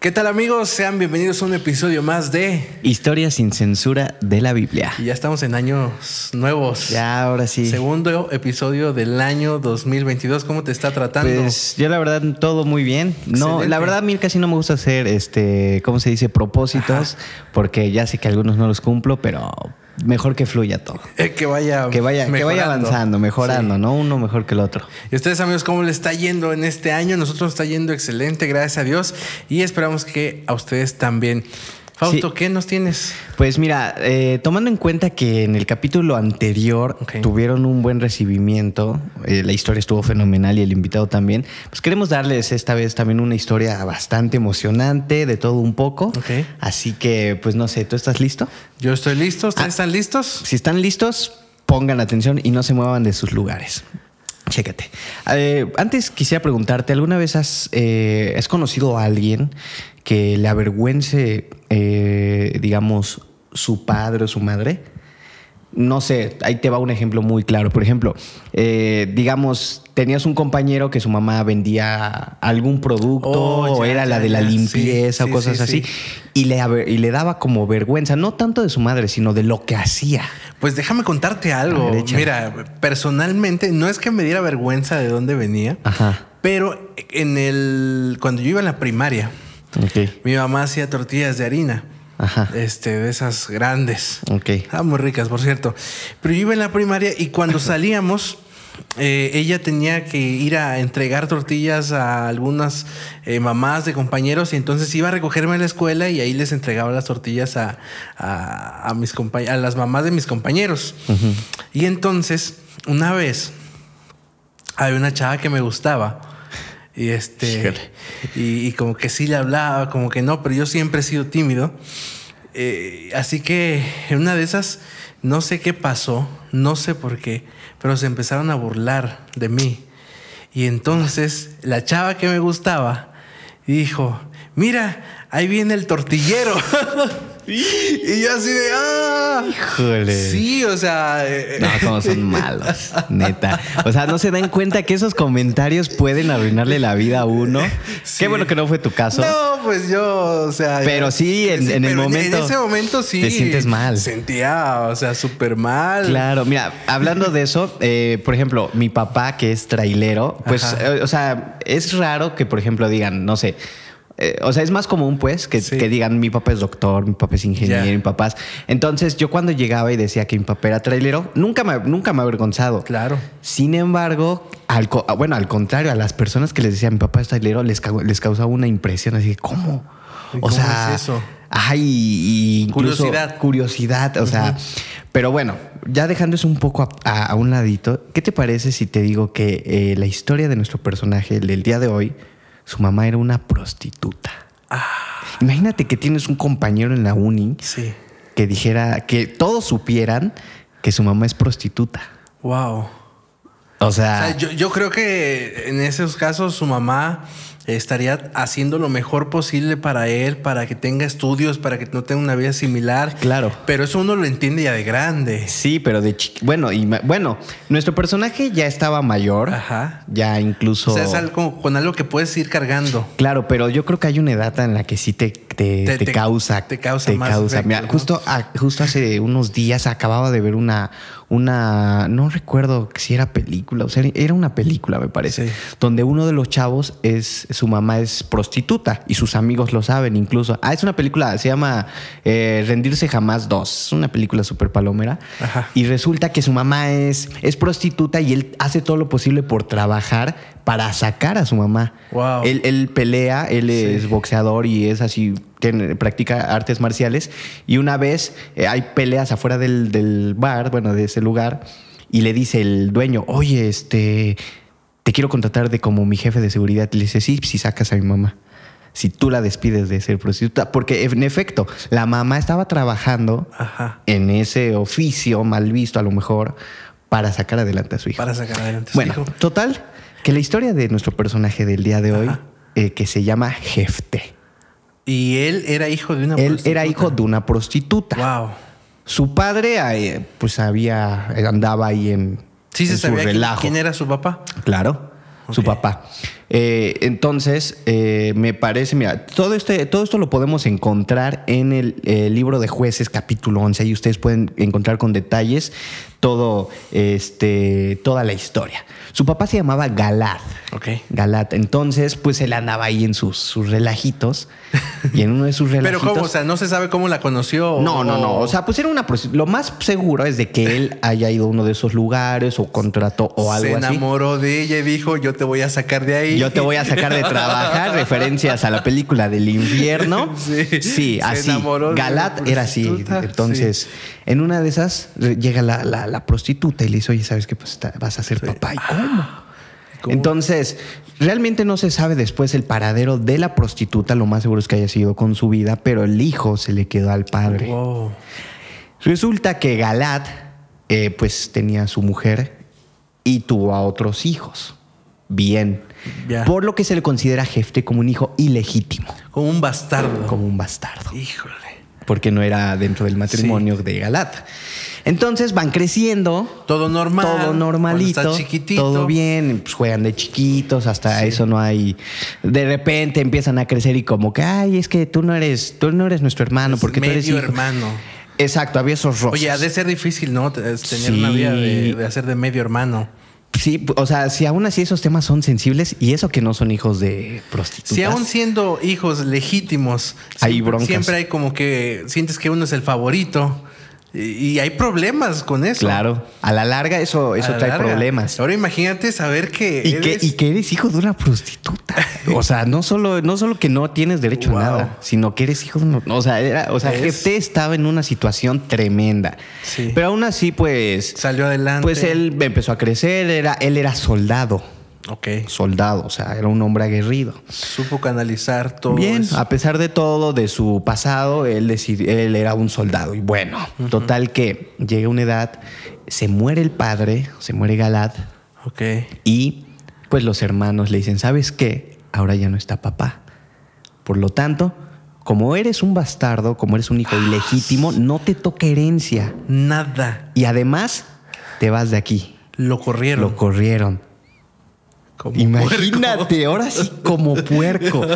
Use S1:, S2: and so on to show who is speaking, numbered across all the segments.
S1: ¿Qué tal amigos? Sean bienvenidos a un episodio más de...
S2: Historia sin censura de la Biblia.
S1: Y ya estamos en años nuevos.
S2: Ya, ahora sí.
S1: Segundo episodio del año 2022. ¿Cómo te está tratando?
S2: Pues yo la verdad todo muy bien. No,
S1: Excelente.
S2: la verdad a mí casi no me gusta hacer este, ¿cómo se dice? propósitos, porque ya sé que algunos no los cumplo, pero mejor que fluya todo.
S1: Eh, que vaya
S2: Que vaya, que vaya
S1: mejorando.
S2: avanzando, mejorando,
S1: Sí.
S2: ¿no? Uno mejor que el otro.
S1: Y ustedes amigos, ¿cómo les está yendo en este año? Nosotros está yendo excelente, gracias a Dios. Y esperamos que a ustedes también. Fausto,
S2: Sí.
S1: ¿qué nos tienes?
S2: Pues mira, eh, tomando en cuenta que en el capítulo anterior
S1: Ok.
S2: tuvieron un buen recibimiento, eh, la historia estuvo fenomenal y el invitado también, pues queremos darles esta vez también una historia bastante emocionante, de todo un poco.
S1: Ok.
S2: Así que, pues no sé, ¿tú estás listo?
S1: Yo estoy listo, ¿ustedes
S2: Ah.
S1: están listos?
S2: Si están listos, pongan atención y no se muevan de sus lugares. Chécate. Eh, antes quisiera preguntarte, ¿alguna vez has, eh, has conocido a alguien que le avergüence, eh, digamos, su padre o su madre? No sé, ahí te va un ejemplo muy claro. Por ejemplo, eh, digamos, tenías un compañero que su mamá vendía algún producto
S1: Oh,
S2: o
S1: ya,
S2: era
S1: ya,
S2: la de la
S1: ya. Sí,
S2: limpieza
S1: sí,
S2: o cosas
S1: sí,
S2: así
S1: sí.
S2: y le, aver- y le daba como vergüenza, no tanto de su madre, sino de lo que hacía.
S1: Pues déjame contarte algo.
S2: A ver, échale.
S1: Mira, personalmente no es que me diera vergüenza de dónde venía,
S2: Ajá.
S1: pero en el cuando yo iba en la primaria,
S2: Ok.
S1: mi mamá hacía tortillas de harina,
S2: Ajá.
S1: este, de esas grandes.
S2: Ok.
S1: Ah, muy ricas, por cierto. Pero yo iba en la primaria y cuando salíamos, eh, ella tenía que ir a entregar tortillas a algunas eh, mamás de compañeros y entonces iba a recogerme a la escuela y ahí les entregaba las tortillas a, a- a mis compa- a las mamás de mis compañeros. Y entonces, una vez, había una chava que me gustaba. Y este.
S2: Híjole.
S1: Y, y como que sí le hablaba, como que no, pero yo siempre he sido tímido. Eh, así que en una de esas, no sé qué pasó, no sé por qué, pero se empezaron a burlar de mí. Y entonces la chava que me gustaba dijo: Mira, ahí viene el tortillero. y yo así de ¡Ah!
S2: Híjole.
S1: Sí, o sea. eh,
S2: No, como son malos, neta. O sea, no se dan cuenta que esos comentarios pueden arruinarle la vida a uno.
S1: Sí.
S2: Qué bueno que no fue tu caso.
S1: No, pues yo, o sea.
S2: Pero sí, en- en el momento
S1: En ese momento sí.
S2: te sientes mal.
S1: Sentía, o sea, súper mal.
S2: Claro, mira, hablando de eso, eh, por ejemplo, mi papá que es trailero, pues,
S1: Ajá.
S2: eh, o sea, es raro que, por ejemplo, digan, no sé. eh, o sea, es más común, pues, que,
S1: Sí.
S2: que digan mi papá es doctor, mi papá es ingeniero,
S1: Ya.
S2: mi papá es... Entonces, yo cuando llegaba y decía que mi papá era trailero, nunca me, nunca me he avergonzado.
S1: Claro.
S2: Sin embargo, al, co- ah, bueno, al contrario, a las personas que les decía mi papá es trailero, les, cau- les causaba una impresión así, ¿cómo?
S1: ¿Y
S2: O
S1: cómo
S2: sea,
S1: es eso?
S2: Ay, y incluso-
S1: Curiosidad.
S2: Curiosidad, o sea. Pero bueno, ya dejando eso un poco a, a- a un ladito, ¿qué te parece si te digo que eh, la historia de nuestro personaje, el del día de hoy, su mamá era una prostituta? Imagínate que tienes un compañero en la uni
S1: Ah, Sí.
S2: que dijera, que todos supieran que su mamá es prostituta.
S1: Wow.
S2: O
S1: O
S2: sea,
S1: sea, yo, yo creo que en esos casos su mamá estaría haciendo lo mejor posible para él, para que tenga estudios, para que no tenga una vida similar.
S2: Claro.
S1: Pero eso uno lo entiende ya de grande.
S2: sí, pero de chiqui- Bueno, y ma- bueno, nuestro personaje ya estaba mayor.
S1: Ajá.
S2: Ya incluso.
S1: O sea, es algo con algo que puedes ir cargando.
S2: Claro, pero yo creo que hay una edad en la que sí te, te,
S1: Te-
S2: te
S1: te-
S2: causa.
S1: te causa más efecto,
S2: Mira,
S1: ¿no?
S2: justo, a- justo hace unos días acababa de ver una, una. No recuerdo si era película, o sea, era una película, me parece.
S1: Sí.
S2: Donde uno de los chavos es. Su mamá es prostituta y sus amigos lo saben incluso. Ah, es una película, se llama eh, Rendirse Jamás 2. Es una película súper palomera.
S1: Ajá.
S2: Y resulta que su mamá es, es prostituta y él hace todo lo posible por trabajar para sacar a su mamá.
S1: Wow.
S2: Él, él pelea, él es boxeador y es así, tiene- practica artes marciales. Y una vez eh, hay peleas afuera del, del bar, bueno, de ese lugar, y le dice el dueño, oye, este, te quiero contratar de como mi jefe de seguridad. Y le dice, sí, si sacas a mi mamá. Si tú la despides de ser prostituta. Porque en efecto, la mamá estaba trabajando
S1: Ajá.
S2: en ese oficio mal visto a lo mejor para sacar adelante a su hijo.
S1: Para sacar adelante. a su
S2: bueno,
S1: hijo.
S2: total, que la historia de nuestro personaje del día de hoy,
S1: Ajá.
S2: eh, que se llama Jefte,
S1: Y él era hijo de una
S2: él era hijo
S1: prostituta.
S2: de una prostituta.
S1: Wow.
S2: Su padre eh, pues había, andaba ahí en,
S1: Sí se
S2: en su
S1: sabía quién-
S2: relajo.
S1: quién era su papá.
S2: Claro, su
S1: Ok.
S2: papá. Eh, entonces, eh, me parece, mira, todo, este, todo esto lo podemos encontrar en el eh, libro de jueces capítulo 11 ahí ustedes pueden encontrar con detalles todo, este, toda la historia. Su papá se llamaba Galad.
S1: Ok.
S2: Galat. Entonces, pues él andaba ahí en sus, sus relajitos y en uno de sus
S1: Pero
S2: relajitos...
S1: cómo, o sea, no se sabe cómo la conoció. o-
S2: No, no, no. O sea, pues era una prosti- Lo más seguro es de que él haya ido a uno de esos lugares o contrató o algo
S1: se
S2: así.
S1: enamoró de ella y dijo, yo te voy a sacar de ahí.
S2: Yo te voy a sacar de trabajar. referencias a la película del infierno.
S1: Sí.
S2: Sí,
S1: Se
S2: así.
S1: enamoró de
S2: Galat
S1: una
S2: era así.
S1: prostituta,
S2: Entonces, en una de esas re- llega la, la- la prostituta y le dice, oye, ¿sabes qué? Pues ta- vas a ser papá. ¿Y cómo?
S1: ¿Cómo?
S2: Entonces, realmente no se sabe después el paradero de la prostituta. Lo más seguro es que haya sido con su vida, pero el hijo se le quedó al padre.
S1: Wow.
S2: Resulta que Galat, eh, pues tenía a su mujer y tuvo a otros hijos. Bien.
S1: Ya.
S2: Por lo que se le considera jefe como un hijo ilegítimo,
S1: Como un bastardo.
S2: como un bastardo,
S1: Híjole.
S2: porque no era dentro del matrimonio de Galat. Entonces van creciendo.
S1: Todo normal.
S2: Todo normalito.
S1: Cuando está chiquitito.
S2: Todo bien. Pues juegan de chiquitos, hasta eso no hay. De repente empiezan a crecer y como que, ay, es que tú no eres, tú no eres nuestro hermano,
S1: Es
S2: porque tú eres
S1: medio
S2: hijo".
S1: hermano.
S2: Exacto, había esos roces.
S1: Oye, ha de ser difícil, ¿no? T- es Tener
S2: Sí.
S1: una vida de, de hacer de medio hermano.
S2: Sí, o sea, si aún así esos temas son sensibles y eso que no son hijos de prostitutas.
S1: Si aún siendo hijos legítimos,
S2: Hay
S1: siempre,
S2: broncas.
S1: siempre hay como que sientes que uno es el favorito y, y hay problemas con eso.
S2: Claro, a la larga eso,
S1: A
S2: eso
S1: la
S2: trae
S1: larga.
S2: problemas.
S1: Ahora imagínate saber que
S2: Y que,
S1: eres-
S2: y que eres hijo de una prostituta. O sea, no solo, no solo que no tienes derecho
S1: Wow.
S2: a nada, sino que eres hijo de una. O sea, era, o sea
S1: Es-
S2: GT estaba en una situación tremenda.
S1: Sí.
S2: Pero aún así, pues.
S1: salió adelante.
S2: Pues él empezó a crecer, era, él era soldado.
S1: Ok.
S2: Soldado, o sea, era un hombre aguerrido.
S1: Supo canalizar todo
S2: Bien, Ah.
S1: eso.
S2: a pesar de todo, de su pasado, él, decid- él era un soldado. Y bueno, total que llega una edad, se muere el padre, se muere Galad,
S1: Ok.
S2: y pues los hermanos le dicen, ¿sabes qué? Ahora ya no está papá. Por lo tanto, como eres un bastardo, como eres un hijo
S1: Ah,
S2: ilegítimo, no te toca herencia.
S1: Nada.
S2: Y además, te vas de aquí.
S1: Lo corrieron.
S2: Lo corrieron.
S1: Como
S2: Imagínate,
S1: puerco.
S2: ahora sí como puerco.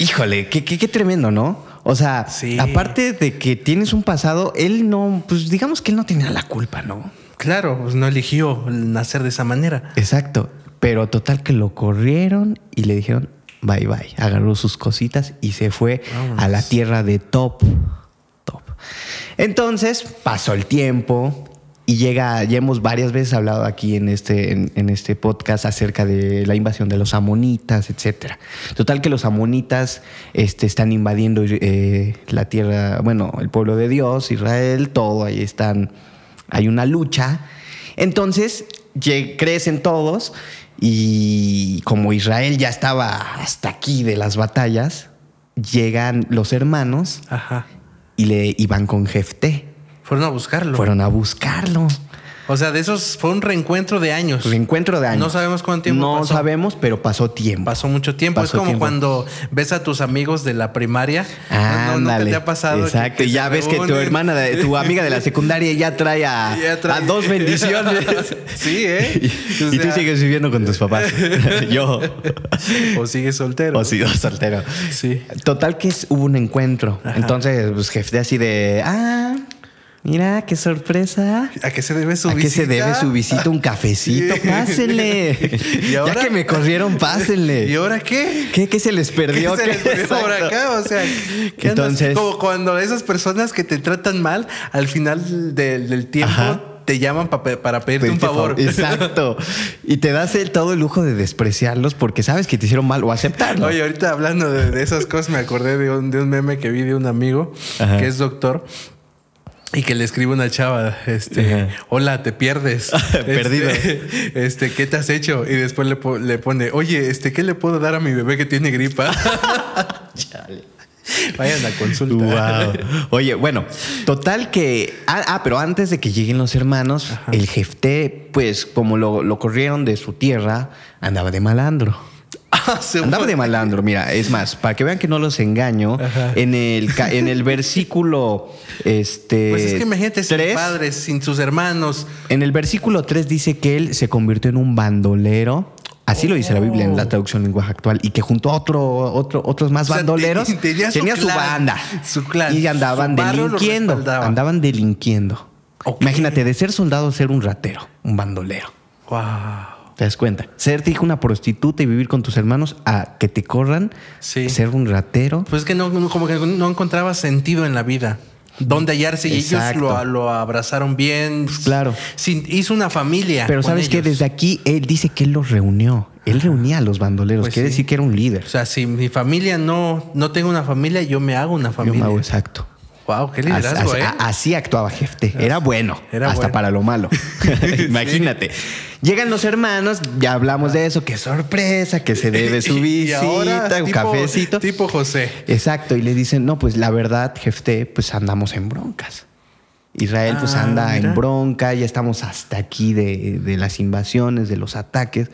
S2: Híjole, qué, qué- qué tremendo, ¿no? O sea,
S1: Sí.
S2: aparte de que tienes un pasado, él no, pues digamos que él no tenía la culpa, ¿no?
S1: Claro, pues no eligió nacer de esa manera.
S2: Exacto. Pero total que lo corrieron y le dijeron, bye bye. Agarró sus cositas y se fue
S1: Vámonos.
S2: a la tierra de Top. Top. Entonces pasó el tiempo y llega, ya hemos varias veces hablado aquí en este, en, en este podcast acerca de la invasión de los amonitas, etcétera. Total que los amonitas este, están invadiendo eh, la tierra, bueno, el pueblo de Dios, Israel, todo, ahí están, hay una lucha. Entonces lle- crecen todos y como Israel ya estaba hasta aquí de las batallas, llegan los hermanos
S1: Ajá.
S2: y le iban con Jefté.
S1: Fueron a buscarlo.
S2: Fueron a buscarlo.
S1: O sea, de esos fue un reencuentro de años.
S2: Reencuentro de años.
S1: No sabemos cuánto tiempo
S2: No
S1: pasó.
S2: sabemos, pero pasó tiempo.
S1: Pasó mucho tiempo.
S2: Pasó
S1: es como
S2: tiempo.
S1: cuando ves a tus amigos de la primaria. No, no, nunca
S2: Ándale.
S1: te ha pasado.
S2: Exacto.
S1: que- que
S2: y ya
S1: se
S2: ves que tu
S1: reúnen.
S2: hermana, de- tu amiga de la secundaria ya trae a,
S1: Ya trae-
S2: a dos bendiciones.
S1: Sí, ¿eh?
S2: Y,
S1: O
S2: y tú
S1: sea-
S2: sigues viviendo con tus papás. Yo.
S1: O sigues soltero.
S2: O sigo soltero.
S1: Sí.
S2: Total que es- hubo un encuentro.
S1: Ajá.
S2: Entonces, pues jefe así de, ah, mira, qué sorpresa.
S1: ¿A qué se debe su
S2: ¿A qué se
S1: visita?
S2: debe su visita? Un cafecito, pásenle.
S1: ¿Y ahora?
S2: Ya que me corrieron, pásenle.
S1: ¿Y ahora qué?
S2: ¿Qué, qué se les perdió?
S1: ¿Qué se les perdió por
S2: Exacto.
S1: acá? O sea, ¿qué andas?
S2: Entonces-
S1: como cuando esas personas que te tratan mal, al final del- del tiempo
S2: Ajá.
S1: te llaman pa- para pedirte un
S2: Pedirte
S1: favor.
S2: favor. Exacto. Y te das el, todo el lujo de despreciarlos porque sabes que te hicieron mal o aceptarlo.
S1: Oye, ahorita hablando de, de esas cosas, me acordé de un, de un meme que vi de un amigo
S2: Ajá.
S1: que es doctor y que le escribe una chava, este,
S2: Ajá.
S1: hola, te pierdes. Este,
S2: Perdido.
S1: Este, ¿qué te has hecho? Y después le, po- le pone, oye, este, ¿qué le puedo dar a mi bebé que tiene gripa? Vayan a consulta.
S2: Wow. Oye, bueno, total que. Ah, ah, pero antes de que lleguen los hermanos, el jefe, pues como lo, lo corrieron de su tierra, andaba de malandro.
S1: Ah, se
S2: Andaba
S1: fue.
S2: de malandro, mira, es más, para que vean que no los engaño, en el, ca- en el versículo este,
S1: Pues es que imagínate sin
S2: tres,
S1: padres, sin sus hermanos.
S2: en el versículo 3 dice que él se convirtió en un bandolero, Así lo dice la Biblia en la traducción lenguaje actual y que junto a otro, otro, otros más
S1: Oh. sea,
S2: bandoleros
S1: te- tenía
S2: tenía,
S1: su
S2: su,
S1: clan,
S2: banda
S1: su clan.
S2: y andaban
S1: Su barrio lo
S2: delinquiendo,
S1: respaldaba.
S2: andaban delinquiendo.
S1: Ok.
S2: Imagínate de ser soldado a ser un ratero, un bandolero.
S1: Wow.
S2: ¿Te das cuenta? Ser hijo una prostituta y vivir con tus hermanos a que te corran,
S1: Sí.
S2: ser un ratero.
S1: Pues es que no, no- como que no encontraba sentido en la vida. Dónde hallarse y ellos
S2: Exacto. Pues
S1: lo, lo abrazaron bien.
S2: claro.
S1: Sin- hizo una familia.
S2: Pero
S1: ah, con
S2: sabes que
S1: ellos.
S2: desde aquí él dice que él los reunió. Él reunía a los bandoleros.
S1: Pues
S2: Quiere
S1: sí.
S2: decir que era un líder.
S1: O sea, si mi familia no, no tengo una familia, yo me hago una
S2: Yo me
S1: familia.
S2: hago exacto.
S1: Wow, qué
S2: Así,
S1: liderazgo,
S2: así-
S1: ¿eh?
S2: a- así actuaba Jefte. Era bueno.
S1: Era
S2: hasta
S1: bueno.
S2: para lo malo. Imagínate. Llegan los hermanos, ya hablamos de eso. Qué sorpresa, que se debe su
S1: Y- y
S2: visita,
S1: ahora,
S2: un
S1: tipo-
S2: cafecito.
S1: Tipo José.
S2: Exacto. Y le dicen, no, pues la verdad, Jefte, pues andamos en broncas. Israel pues
S1: Ah,
S2: anda
S1: mira.
S2: en bronca, ya estamos hasta aquí de, de las invasiones, de los ataques.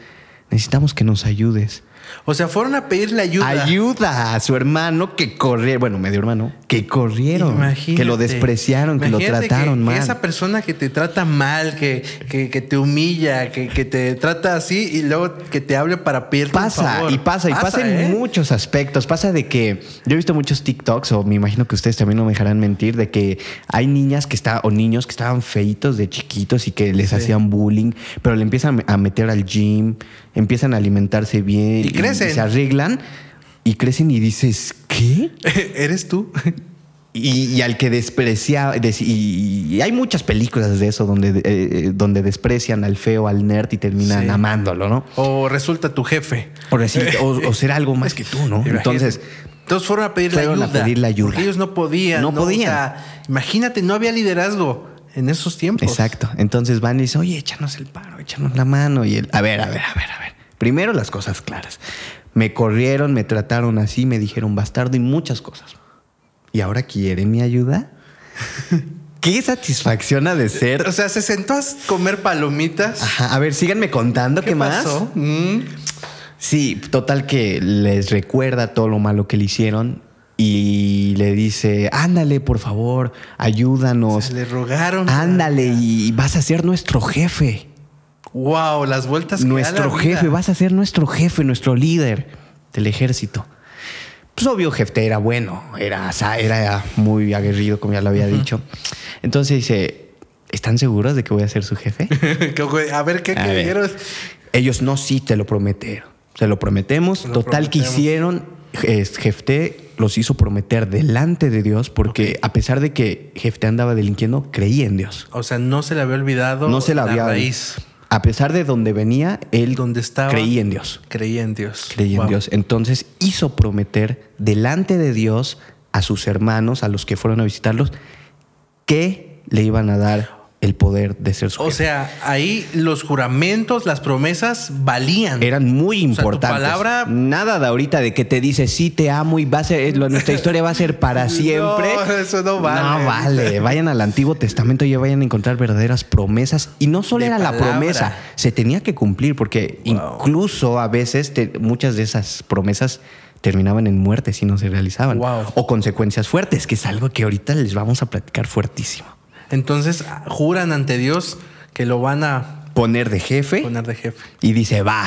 S2: Necesitamos que nos ayudes.
S1: O sea, fueron a pedirle ayuda.
S2: Ayuda a su hermano que corrieron, bueno, medio hermano, que corrieron,
S1: Imagínate.
S2: que lo despreciaron, que lo
S1: Imagínate
S2: trataron
S1: que- que
S2: mal.
S1: esa persona que te trata mal, que, que, que te humilla, que, que te trata así y luego que te hable para pedirte un
S2: Pasa
S1: favor.
S2: y pasa y pasa,
S1: ¿eh?
S2: en muchos aspectos. Pasa de que yo he visto muchos TikToks o me imagino que ustedes también no me dejarán mentir de que hay niñas que está o niños que estaban feitos de chiquitos y que les
S1: Sí.
S2: hacían bullying, pero le empiezan a meter al gym, empiezan a alimentarse bien
S1: Y crecen.
S2: se arreglan y crecen y dices, "¿Qué?"
S1: ¿Eres tú?
S2: Y, y al que despreciaba, des- y, y hay muchas películas de eso donde, eh, eh, donde desprecian al feo, al nerd y terminan
S1: Sí.
S2: amándolo, ¿no?
S1: ¿O resulta tu jefe?
S2: O, decir- o- o ser algo más que tú, ¿no?
S1: Eh. Imagínate.
S2: Entonces,
S1: Entonces fueron a pedirle
S2: fueron a
S1: ayuda.
S2: pedirle ayuda.
S1: Porque ellos no podían.
S2: No podían.
S1: O sea, imagínate, no había liderazgo en esos tiempos.
S2: exacto. Entonces van y dicen, oye, échanos el paro, échanos la mano. Y él, a ver, a ver, a ver, a ver. Primero las cosas claras. Me corrieron, me trataron así, me dijeron bastardo y muchas cosas. ¿Y ahora quieren mi ayuda? ¿Qué satisfacción ha de ser?
S1: O sea, se sentó a comer palomitas.
S2: Ajá, a ver, síganme contando qué, más.
S1: pasó? Mm.
S2: Sí, total que les recuerda todo lo malo que le hicieron y le dice, ándale, por favor, ayúdanos,
S1: Se le rogaron.
S2: ándale y vas a ser nuestro jefe,
S1: Wow, las vueltas. que da
S2: nuestro
S1: la
S2: jefe,
S1: vida.
S2: vas a ser nuestro jefe, nuestro líder del ejército. Pues obvio, jefe era bueno, era, sa- era muy aguerrido, como ya lo había dicho. Entonces dice, ¿están seguros de que voy a ser su jefe?
S1: Que, güey, a ver qué
S2: A ver.
S1: quieres.
S2: Ellos no, sí, te lo prometieron. Se lo prometemos.
S1: Lo
S2: Total
S1: prometemos.
S2: que hicieron, es- Jefté los hizo prometer delante de Dios porque a pesar de que Jefté andaba delinquiendo, creía en Dios.
S1: O sea, no se le había olvidado.
S2: No se la había...
S1: raíz.
S2: A pesar de donde venía, él
S1: Donde estaba.
S2: creía en Dios.
S1: Creía en Dios.
S2: Creía
S1: Wow.
S2: en Dios. Entonces hizo prometer delante de Dios a sus hermanos, a los que fueron a visitarlos, que le iban a dar el poder de ser su
S1: O
S2: jefe.
S1: sea, ahí los juramentos, las promesas valían.
S2: eran muy
S1: O sea, tu
S2: importantes.
S1: palabra-
S2: Nada de ahorita de que te dice sí te amo y va a ser lo- nuestra historia va a ser para siempre.
S1: No, eso no vale.
S2: No vale. Vayan al Antiguo Testamento y vayan a encontrar verdaderas promesas y no solo
S1: De
S2: era
S1: palabra.
S2: la promesa, se tenía que cumplir porque
S1: Wow.
S2: incluso a veces te- muchas de esas promesas terminaban en muerte si no se realizaban
S1: Wow.
S2: o consecuencias fuertes, que es algo que ahorita les vamos a platicar fuertísimo.
S1: Entonces juran ante Dios que lo van a
S2: Poner de jefe
S1: poner de jefe.
S2: y dice, "Va."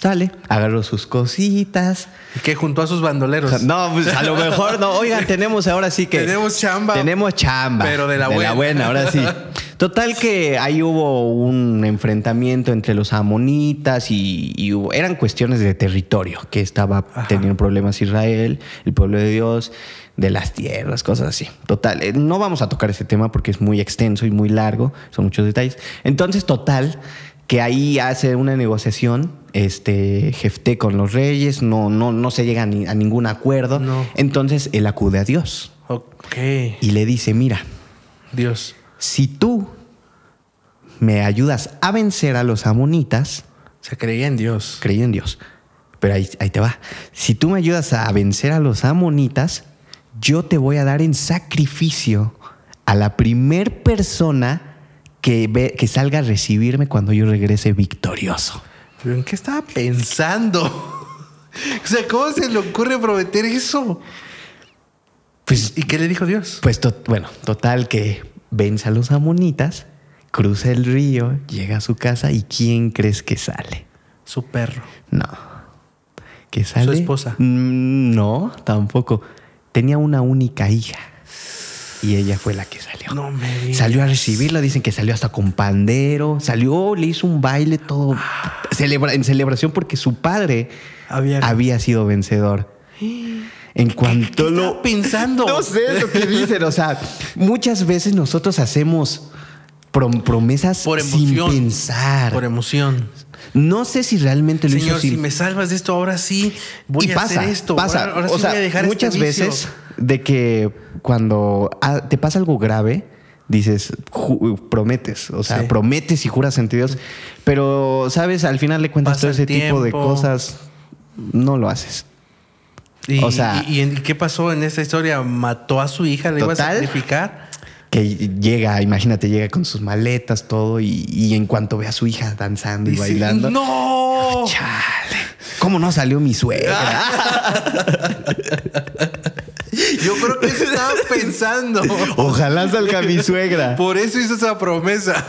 S2: Sale, agarró sus cositas,
S1: Y que junto a sus bandoleros.
S2: O sea, No, pues a lo mejor no. Oigan, tenemos ahora sí que.
S1: Tenemos chamba.
S2: Tenemos chamba.
S1: Pero de la buena.
S2: ahora sí. Total que ahí hubo un enfrentamiento entre los amonitas y, y hubo- eran cuestiones de territorio, que estaba teniendo problemas Israel, el pueblo de Dios, de las tierras, cosas así. Total, eh, no vamos a tocar ese tema porque es muy extenso y muy largo, son muchos detalles. Entonces, total, que ahí hace una negociación este Jefté con los reyes, no, no, no se llega a, ni- a ningún acuerdo.
S1: No.
S2: Entonces él acude a Dios
S1: Ok.
S2: y le dice, mira,
S1: Dios.
S2: si tú me ayudas a vencer a los amonitas,
S1: Se creía en Dios.
S2: creí en Dios, pero ahí, ahí te va, si tú me ayudas a vencer a los amonitas, yo te voy a dar en sacrificio a la primer persona que, ve- que salga a recibirme cuando yo regrese victorioso.
S1: ¿Pero en qué estaba pensando? o sea, ¿cómo se le ocurre prometer eso?
S2: Pues
S1: ¿Y qué le dijo Dios?
S2: Pues to- bueno, total que vence a los amonitas, cruza el río, llega a su casa y ¿quién crees que sale?
S1: Su perro.
S2: No. ¿Que sale?
S1: ¿Su esposa?
S2: Mm, No, tampoco. Tenía una única hija. Y ella fue la que salió.
S1: No me digas.
S2: Salió a recibirla, dicen que salió hasta con pandero. Salió, le hizo un baile todo
S1: Ah.
S2: celebra- en celebración porque su padre
S1: Había-
S2: había sido vencedor. En cuanto
S1: estaba
S2: lo
S1: pensando?
S2: No sé lo que dicen. O sea, muchas veces nosotros hacemos prom- promesas
S1: Por
S2: sin
S1: emoción.
S2: pensar.
S1: Por emoción.
S2: no sé si realmente lo hizo
S1: Señor,
S2: sin
S1: si me salvas de esto, ahora sí voy
S2: y
S1: a
S2: pasa,
S1: hacer esto.
S2: Pasa.
S1: Ahora, ahora sí
S2: o sea,
S1: voy a dejar este
S2: muchas
S1: vicio.
S2: veces de que cuando ah, te pasa algo grave, dices, ju- prometes, o sea,
S1: Sí.
S2: prometes y juras ante Dios, pero sabes, al final le cuentas
S1: Pasa
S2: todo
S1: el
S2: ese tipo de
S1: tiempo.
S2: cosas, no lo haces.
S1: Y,
S2: o sea-
S1: y- y en- qué pasó en esta historia? ¿Mató a su hija? ¿La iba a
S2: Total.
S1: sacrificar?
S2: Que llega, imagínate, llega con sus maletas, todo, y, y en cuanto ve a su hija danzando y,
S1: Dice,
S2: bailando. Ah,
S1: ¡No!
S2: Chale, ¿cómo no salió mi suegra?
S1: Yo creo que eso estaba pensando.
S2: Ojalá salga mi suegra.
S1: Por eso hizo esa promesa.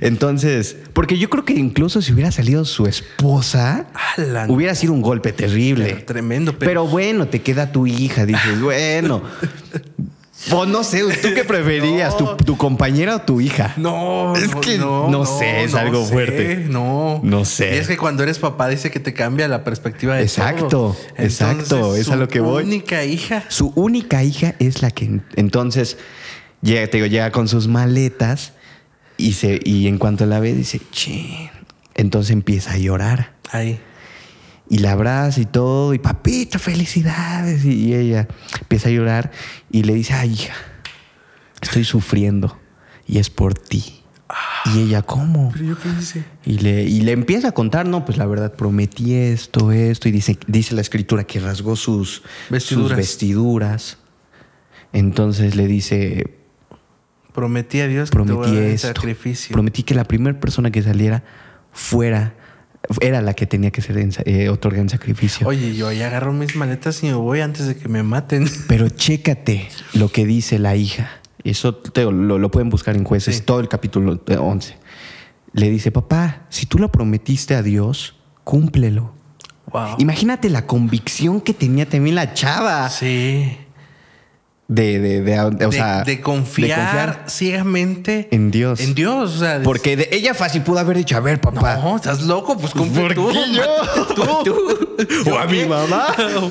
S2: Entonces, porque yo creo que incluso si hubiera salido su esposa,
S1: Ala, no.
S2: hubiera sido un golpe terrible.
S1: Tremendo,
S2: Pero, bueno, te queda tu hija, dices, bueno. O no sé, ¿tú qué preferías?
S1: No.
S2: ¿Tu, tu compañera o tu hija?
S1: No,
S2: Es
S1: no,
S2: que
S1: no,
S2: no sé, es algo
S1: sé,
S2: fuerte.
S1: No,
S2: No sé.
S1: Y es que cuando eres papá dice que te cambia la perspectiva de
S2: Exacto,
S1: todo.
S2: exacto, es a
S1: su
S2: lo que voy.
S1: Única hija.
S2: Su única hija es la que en- entonces llega, te digo, llega con sus maletas y, se, y en cuanto la ve dice, chin. Entonces empieza a llorar.
S1: Ahí.
S2: Y la abraza y todo, y papito, felicidades. Y, y ella empieza a llorar y le dice, ay, hija, estoy sufriendo y es por ti. Y ella, ¿cómo?
S1: Pero yo qué hice.
S2: Y le, y le empieza a contar, no, pues la verdad, prometí esto, esto. Y dice, dice la escritura que rasgó sus
S1: Vestiduras.
S2: sus vestiduras. Entonces le dice,
S1: Prometí a Dios que te
S2: prometí
S1: voy a dar el
S2: esto.
S1: sacrificio.
S2: Prometí que la primera persona que saliera fuera, era la que tenía que ser en- eh, otorgada en sacrificio.
S1: Oye, yo ahí agarro mis maletas y me voy antes de que me maten.
S2: Pero chécate lo que dice la hija. Eso te- lo, lo pueden buscar en jueces,
S1: Sí.
S2: todo el capítulo eh, 11. Le dice, papá, si tú lo prometiste a Dios, cúmplelo.
S1: Wow.
S2: Imagínate la convicción que tenía también la chava
S1: Ah, Sí.
S2: de, de, de- o
S1: de,
S2: sea,
S1: de confiar
S2: confiar
S1: ciegamente
S2: en Dios.
S1: en Dios. O sea,
S2: Porque de- ella fácil pudo haber dicho, a ver, papá.
S1: no, estás loco, pues cumple
S2: ¿Por
S1: tú.
S2: qué yo?
S1: mátate tú.
S2: O a mi mamá.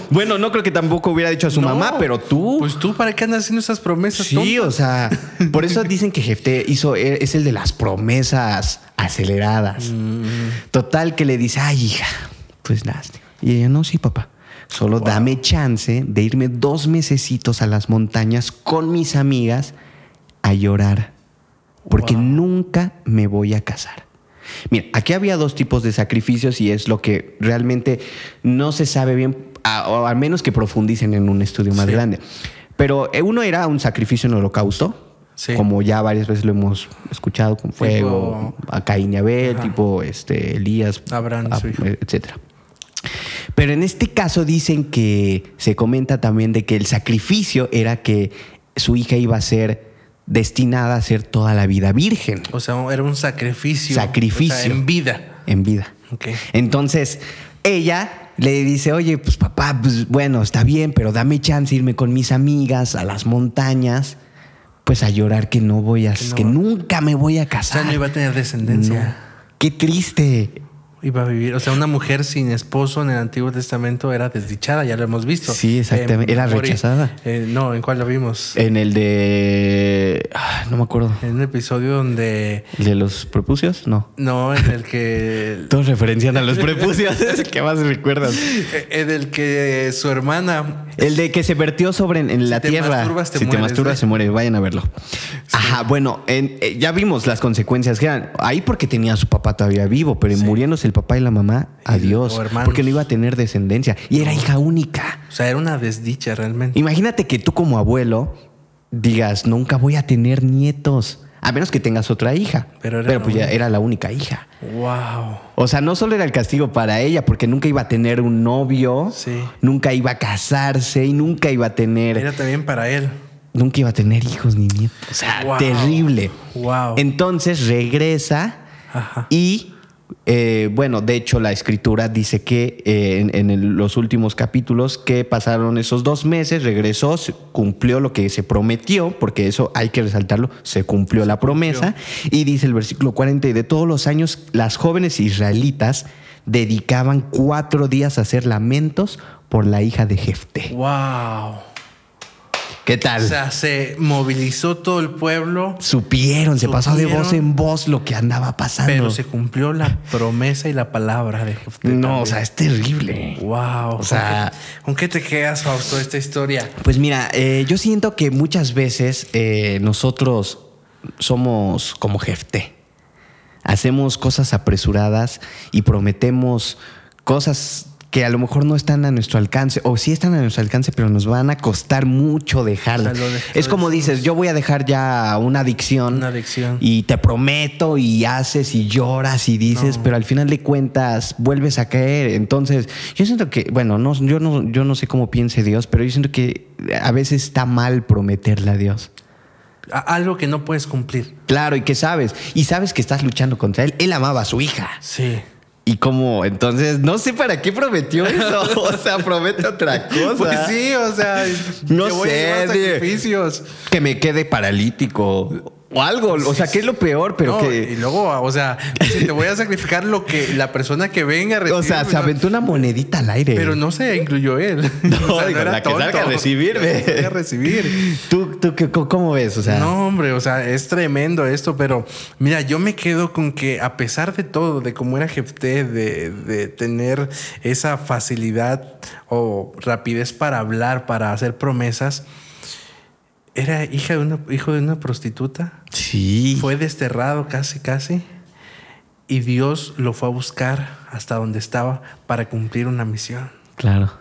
S2: Bueno, no creo que tampoco hubiera dicho a su
S1: No.
S2: mamá, pero tú.
S1: Pues tú, ¿para qué andas haciendo esas promesas?
S2: Sí,
S1: tonto?
S2: o sea, por eso dicen que Jefté hizo, eh, es el de las promesas aceleradas. Total que le dice, ay, hija, pues lástima. Y ella, no, sí, papá. Solo dame chance de irme dos mesecitos a las montañas con mis amigas a llorar. Porque nunca me voy a casar. Mira, aquí había dos tipos de sacrificios y es lo que realmente no se sabe bien, a, o al menos que profundicen en un estudio más
S1: Sí.
S2: grande. Pero eh, uno era un sacrificio en holocausto,
S1: Sí.
S2: como ya varias veces lo hemos escuchado con fuego, a Caín y Abel,
S1: Ajá.
S2: tipo este, Elías,
S1: Abraham,
S2: a-
S1: su hijo.
S2: etcétera. Pero en este caso dicen que se comenta también de que el sacrificio era que su hija iba a ser destinada a ser toda la vida virgen
S1: O sea, era un sacrificio.
S2: Sacrificio.
S1: O sea, en vida.
S2: en vida.
S1: Ok.
S2: Entonces, ella le dice, oye, pues papá, pues bueno, está bien, pero dame chance de irme con mis amigas a las montañas, pues a llorar que no voy a, que,
S1: no.
S2: nunca me voy a
S1: O sea,
S2: casar.
S1: no iba a tener
S2: No.
S1: descendencia.
S2: Qué triste.
S1: Iba a vivir. O sea, una mujer sin esposo en el Antiguo Testamento era desdichada, ya lo hemos visto.
S2: Sí, exactamente. Era
S1: Mori-
S2: rechazada.
S1: eh,
S2: Eh.
S1: no, ¿en cuál lo vimos?
S2: En el de... ah, no me acuerdo.
S1: En un episodio donde.
S2: ¿El de los prepucios? No.
S1: No, en el que.
S2: Todos referencian a los prepucios. ¿Qué más recuerdas?
S1: en el que su hermana
S2: El de que se vertió sobre en, en la
S1: te
S2: tierra.
S1: masturbas, te
S2: si te
S1: mueres,
S2: masturbas,
S1: ¿eh?
S2: se muere. Vayan a verlo. Ajá, bueno, en- eh, ya vimos las consecuencias que eran. Ahí porque tenía a su papá todavía vivo, pero muriéndose el papá y la mamá,
S1: Y-
S2: adiós.
S1: o hermanos.
S2: Porque no iba a tener descendencia. Y era hija única.
S1: O sea, era una desdicha realmente.
S2: Imagínate que tú como abuelo digas, nunca voy a tener nietos. A menos que tengas otra hija.
S1: Pero
S2: Pero,
S1: era la
S2: pues ya
S1: única.
S2: era la única hija.
S1: Wow.
S2: O sea, no solo era el castigo para ella, porque nunca iba a tener un novio,
S1: Sí.
S2: nunca iba a casarse y nunca iba a tener
S1: Era también para él.
S2: nunca iba a tener hijos ni nietos. O sea,
S1: Wow.
S2: terrible.
S1: Wow.
S2: Entonces regresa
S1: Ajá.
S2: y Eh, bueno, de hecho la escritura dice que eh, en, en el- los últimos capítulos que pasaron esos dos meses, regresó, se- cumplió lo que se prometió, porque eso hay que resaltarlo, se cumplió la promesa. Y dice el versículo 40, y de todos los años las jóvenes israelitas dedicaban cuatro días a hacer lamentos por la hija de Jefte.
S1: Wow.
S2: ¿Qué tal?
S1: O sea, se movilizó todo el pueblo,
S2: supieron, se pasó de voz
S1: supieron,
S2: en voz lo que andaba pasando.
S1: pero se cumplió la promesa y la palabra de Jefté
S2: no, o
S1: también.
S2: sea, es terrible.
S1: Wow.
S2: O sea-
S1: ¿Con qué, te quedas, Fausto, esta historia?
S2: Pues mira, eh, yo siento que muchas veces eh, nosotros somos como jefte. Hacemos cosas apresuradas y prometemos cosas que a lo mejor no están a nuestro alcance, o sí están a nuestro alcance, pero nos van a costar mucho dejarlas.
S1: O sea, lo de-
S2: es
S1: lo
S2: como
S1: decimos.
S2: dices, yo voy a dejar ya una adicción.
S1: Una adicción.
S2: Y te prometo y haces y lloras y dices, pero al final de cuentas vuelves a caer. Entonces, yo siento que, bueno, no, yo, no, yo no sé cómo piense Dios, pero yo siento que a veces está mal prometerle a Dios.
S1: A- algo que no puedes cumplir.
S2: Claro, y que sabes, y sabes que estás luchando contra él. Él amaba a su hija.
S1: Sí.
S2: Y como, entonces, no sé para qué prometió eso. O sea, promete otra cosa.
S1: Pues sí, o sea,
S2: No
S1: te voy a
S2: sé,
S1: llevar
S2: tío.
S1: sacrificios.
S2: Que me quede paralítico o algo. O sea, que es lo peor, pero
S1: No,
S2: que.
S1: Y luego, o sea, dice, te voy a sacrificar lo que la persona que venga recibe,
S2: O sea, se
S1: pero-
S2: aventó una monedita al aire.
S1: Pero no se incluyó él.
S2: No, digo, la que salga a recibirme.
S1: La que salga a recibir.
S2: ¿Tú, tú qué- co- cómo ves? O sea,
S1: No, hombre, o sea, es tremendo esto, pero mira, yo me quedo con que a pesar de todo, de cómo era Jefté, de, de tener esa facilidad o rapidez para hablar, para hacer promesas, era hija de una, hijo de una prostituta.
S2: sí.
S1: Fue desterrado casi, casi. Y Dios lo fue a buscar hasta donde estaba para cumplir una misión.
S2: Claro.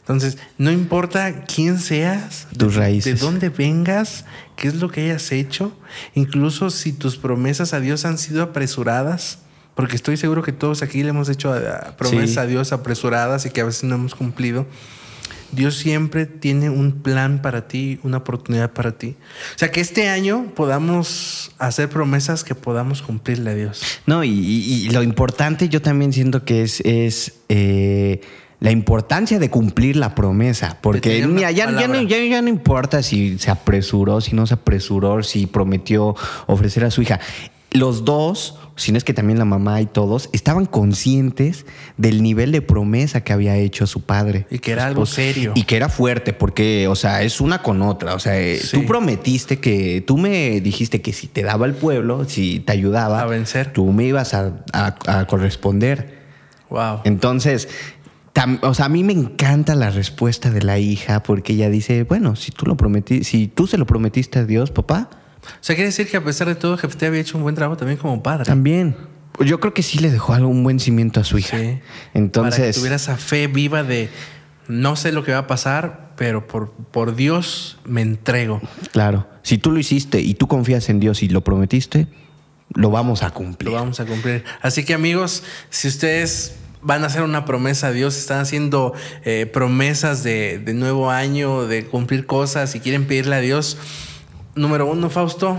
S1: Entonces, no importa quién seas,
S2: Tus raíces.
S1: de dónde vengas, qué es lo que hayas hecho, incluso si tus promesas a Dios han sido apresuradas, porque estoy seguro que todos aquí le hemos hecho a- a promesas
S2: Sí.
S1: a Dios apresuradas y que a veces no hemos cumplido. Dios siempre tiene un plan para ti, una oportunidad para ti. O sea, que este año podamos hacer promesas que podamos cumplirle a Dios.
S2: No, y, y- y lo importante yo también siento que es, es eh, la importancia de cumplir la promesa.
S1: De
S2: Porque
S1: tener
S2: mira,
S1: una
S2: ya, ya, no,
S1: palabra.
S2: ya- ya no importa si se apresuró, si no se apresuró, si prometió ofrecer a su hija. Los dos, si no es que también la mamá y todos, estaban conscientes del nivel de promesa que había hecho su padre.
S1: Y que era
S2: su
S1: algo
S2: esposo.
S1: serio.
S2: Y que era fuerte, porque, o sea, es una con otra. O sea, eh,
S1: Sí.
S2: tú prometiste que, tú me dijiste que si te daba el pueblo, si te ayudaba,
S1: A vencer.
S2: Ah. tú me ibas a, a- a corresponder.
S1: Wow.
S2: Entonces, tam- o sea, a mí me encanta la respuesta de la hija, porque ella dice, bueno, si tú lo prometí, si tú se lo prometiste a Dios, papá,
S1: O sea, quiere decir que a pesar de todo, Jefté había hecho un buen trabajo también como padre.
S2: también. Yo creo que sí le dejó algo- un buen cimiento a su hija.
S1: Sí.
S2: Entonces,
S1: Para que tuviera esa fe viva de no sé lo que va a pasar, pero por, por Dios me entrego.
S2: claro, si tú lo hiciste y tú confías en Dios y lo prometiste, lo vamos a cumplir.
S1: Lo vamos a cumplir. Así que amigos, si ustedes van a hacer una promesa a Dios, están haciendo eh, promesas de, de nuevo año, de cumplir cosas y quieren pedirle a Dios, número uno, Fausto,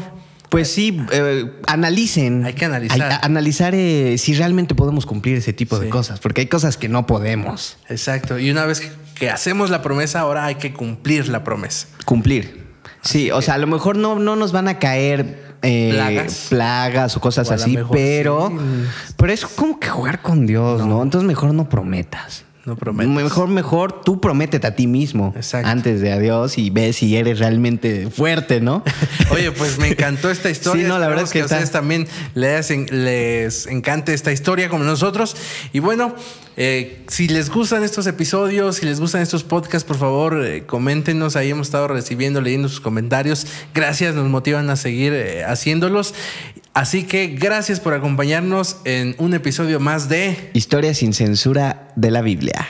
S2: Pues sí, eh, analicen.
S1: Hay que analizar.
S2: a- analizar eh, si realmente podemos cumplir ese tipo de
S1: Sí.
S2: cosas, porque hay cosas que no podemos
S1: exacto. Y una vez que, que hacemos la promesa, ahora hay que cumplir la promesa.
S2: cumplir. Sí, o sea, a lo mejor no, no nos van a caer eh,
S1: Plagas.
S2: plagas o cosas
S1: O a lo
S2: así,
S1: mejor
S2: pero,
S1: sí.
S2: pero es como que jugar con Dios, ¿no? Entonces mejor no prometas.
S1: No prometas.
S2: Mejor, mejor tú prométete a ti mismo
S1: Exacto.
S2: antes de adiós y ves si eres realmente fuerte, ¿no?
S1: Oye, pues me encantó esta historia.
S2: Sí, no, la verdad
S1: Esperamos
S2: es que
S1: a ustedes
S2: está-
S1: también les, en- les encante esta historia como nosotros. Y bueno, eh, si les gustan estos episodios, si les gustan estos podcasts, por favor, eh, coméntenos. Ahí hemos estado recibiendo, leyendo sus comentarios. Gracias, nos motivan a seguir eh, haciéndolos. Así que gracias por acompañarnos en un episodio más de...
S2: Historia sin censura de la Biblia.